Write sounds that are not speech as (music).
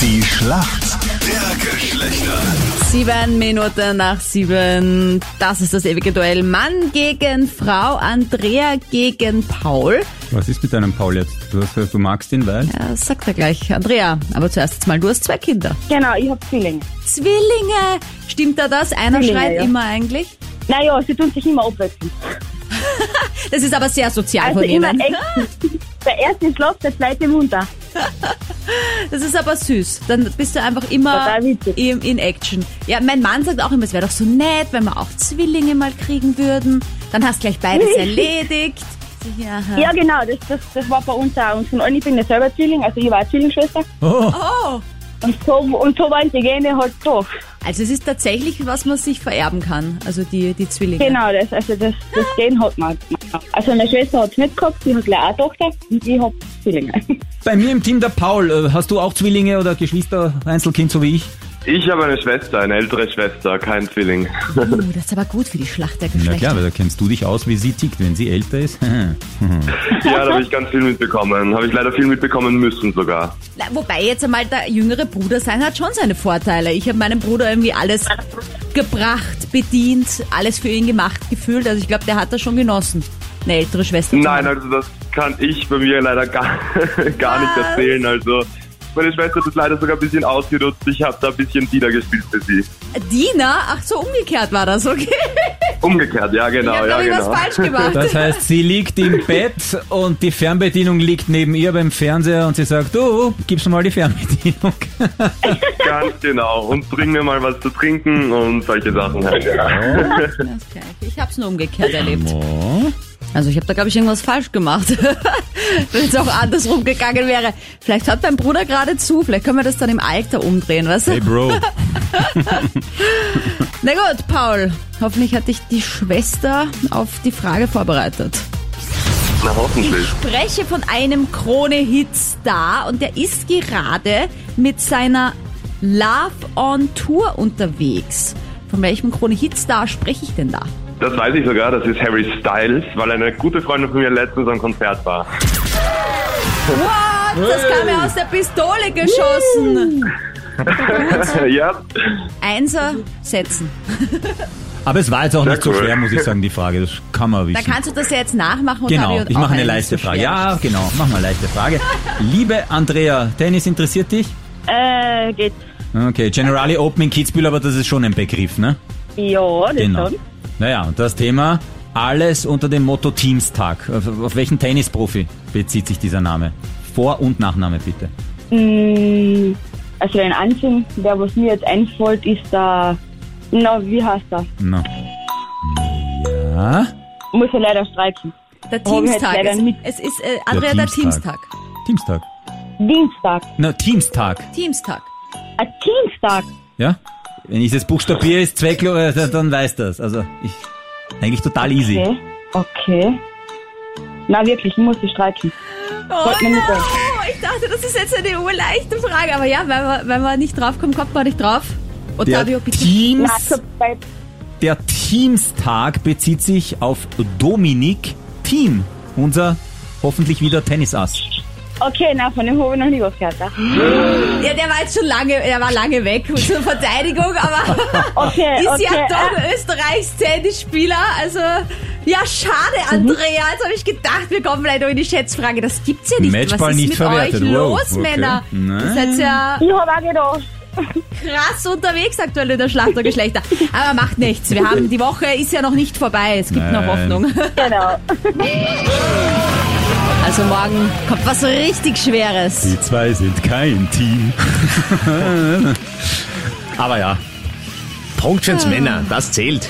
Die Schlacht der Geschlechter. Sieben Minuten nach sieben. Das ist das ewige Duell. Mann gegen Frau, Andrea gegen Paul. Was ist mit deinem Paul jetzt? Du, hast, du magst ihn, weil? Ja, das sagt er gleich. Andrea, aber zuerst jetzt mal, du hast zwei Kinder. Genau, ich habe Zwillinge. Zwillinge! Stimmt da das? Einer Zwillinge, schreit ja. immer eigentlich. Naja, sie tun sich immer abwechseln. Das ist aber sehr sozial Also von immer ihnen. echt. (laughs) Der erste ist Lob, der zweite munter. Das ist aber süß. Dann bist du einfach immer Total witzig. in, in Action. Ja, mein Mann sagt auch immer, es wäre doch so nett, wenn wir auch Zwillinge mal kriegen würden. Dann hast gleich (laughs) beides erledigt. Ja. Ja, genau, das, das, das war bei uns auch. Und von allen, ich bin ja selber Zwilling, also ich war auch Zwillingsschwester. Oh, Oh, Und so, und so waren die Gene halt drauf. also es ist tatsächlich, was man sich vererben kann. Also die, die Zwillinge. Genau, das, also das, das Gen hat man. Also meine Schwester hat's nicht gehabt, die hat gleich eine Tochter und ich hab Zwillinge. (laughs) bei mir im Team der Paul. Äh, Hast du auch Zwillinge oder Geschwister, Einzelkind, so wie ich? Ich habe eine Schwester, eine ältere Schwester, kein Zwilling. Oh, das ist aber gut für die Schlacht der Ja Geschlechter. klar, weil da kennst du dich aus, wie sie tickt, wenn sie älter ist. (laughs) Ja, da habe ich ganz viel mitbekommen. Habe ich leider viel mitbekommen müssen sogar. Na, wobei jetzt einmal der jüngere Bruder sein hat schon seine Vorteile. Ich habe meinem Bruder irgendwie alles gebracht, bedient, alles für ihn gemacht, gefühlt. Also ich glaube, der hat das schon genossen. Eine ältere Schwester. zu Nein, haben. also das kann ich bei mir leider gar, (laughs) gar nicht Was? erzählen. Also meine Schwester ist leider sogar ein bisschen ausgenutzt. Ich habe da ein bisschen Diener gespielt für sie. Dina? Ach so, umgekehrt war das, okay. Umgekehrt, ja Ich genau, habe, ja glaube ich, genau. was falsch gemacht. Das heißt, sie liegt im Bett und die Fernbedienung liegt neben ihr beim Fernseher und sie sagt, du, gib's mir mal die Fernbedienung. (laughs) Ganz genau. Und bring mir mal was zu trinken und solche Sachen halt. Ja. Das gleiche. Ich habe es nur umgekehrt erlebt. Oh. Also ich habe da, glaube ich, irgendwas falsch gemacht. (laughs) Wenn es auch andersrum gegangen wäre. Vielleicht hat mein Bruder gerade zu. Vielleicht können wir das dann im Alter umdrehen, weißt du? Hey Bro, Na gut, Paul. Hoffentlich hat dich die Schwester auf die Frage vorbereitet. Na hoffentlich. Spreche von einem Krone-Hit-Star und der ist gerade mit seiner Love on Tour unterwegs. Von welchem Krone-Hit-Star spreche ich denn da? Das weiß ich sogar, das ist Harry Styles, weil eine gute Freundin von mir letztens am Konzert war. What? Das kam ja aus der Pistole geschossen. (laughs) ja, Einser setzen. aber es war jetzt auch Sehr nicht so cool. schwer, muss ich sagen, die Frage. Das kann man Da wissen. kannst du das ja jetzt nachmachen. Und Genau, Harry ich auch mache eine einen leichte so Frage. schwer. Ja, genau, mach mal eine leichte Frage. Liebe Andrea, Tennis interessiert dich? äh, geht. Okay, Generali Opening Kitzbühel, aber das ist schon ein Begriff, ne? Ja, das Genau. schon. Naja, und das Thema alles unter dem Motto Teamstag. Auf, auf welchen Tennisprofi bezieht sich dieser Name? Vor- und Nachname bitte. Mm, Also ein Anfang, der was mir jetzt einfällt, ist der, na, wie heißt der? Na. Ja. Muss ja leider streiken. Der Oh, wir hätten Teamstag. leider mit- Es, es ist äh, Andrea der Teamstag. Teamstag. Teamstag. Dienstag. Na, Teamstag. Teamstag. Ein Dienstag. Ja? Wenn ich das buchstabiere, ist zwecklos, äh, dann weiß das. Also, ich, eigentlich total easy. Hm. Okay. Okay. Na wirklich, ich muss sie streiken. Oh mir no! nicht sagen. Ich dachte, das ist jetzt eine urleichte Frage. Aber ja, wenn man, wenn man nicht draufkommt, kommt man nicht drauf. Der Ottavio, bitte. Na, Teams, also bei der Teamstag bezieht sich auf Dominik Team, unser hoffentlich wieder Tennisass. Okay, na, von dem habe ich noch nie was gehört. ja. Ah. Ja, der war jetzt schon lange, er war lange weg (laughs) zur Verteidigung, aber Okay, ist okay. ja doch ah, Österreichs Tennisspieler. Also, ja, schade, Andrea. Jetzt habe ich gedacht, wir kommen vielleicht auch in die Schätzfrage. Das gibt's ja nicht. Matchball Was ist nicht mit verwertet. euch Wow, los, okay. Männer? Nein. Ihr seid ja ich habe auch gedacht. krass unterwegs aktuell in der Schlacht der Geschlechter. Aber macht nichts. Wir haben, die Woche ist ja noch nicht vorbei. Es gibt noch Nein. Hoffnung. Genau. Also morgen kommt was richtig Schweres. Die zwei sind kein Team. Aber ja, Punktchens Männer, das zählt.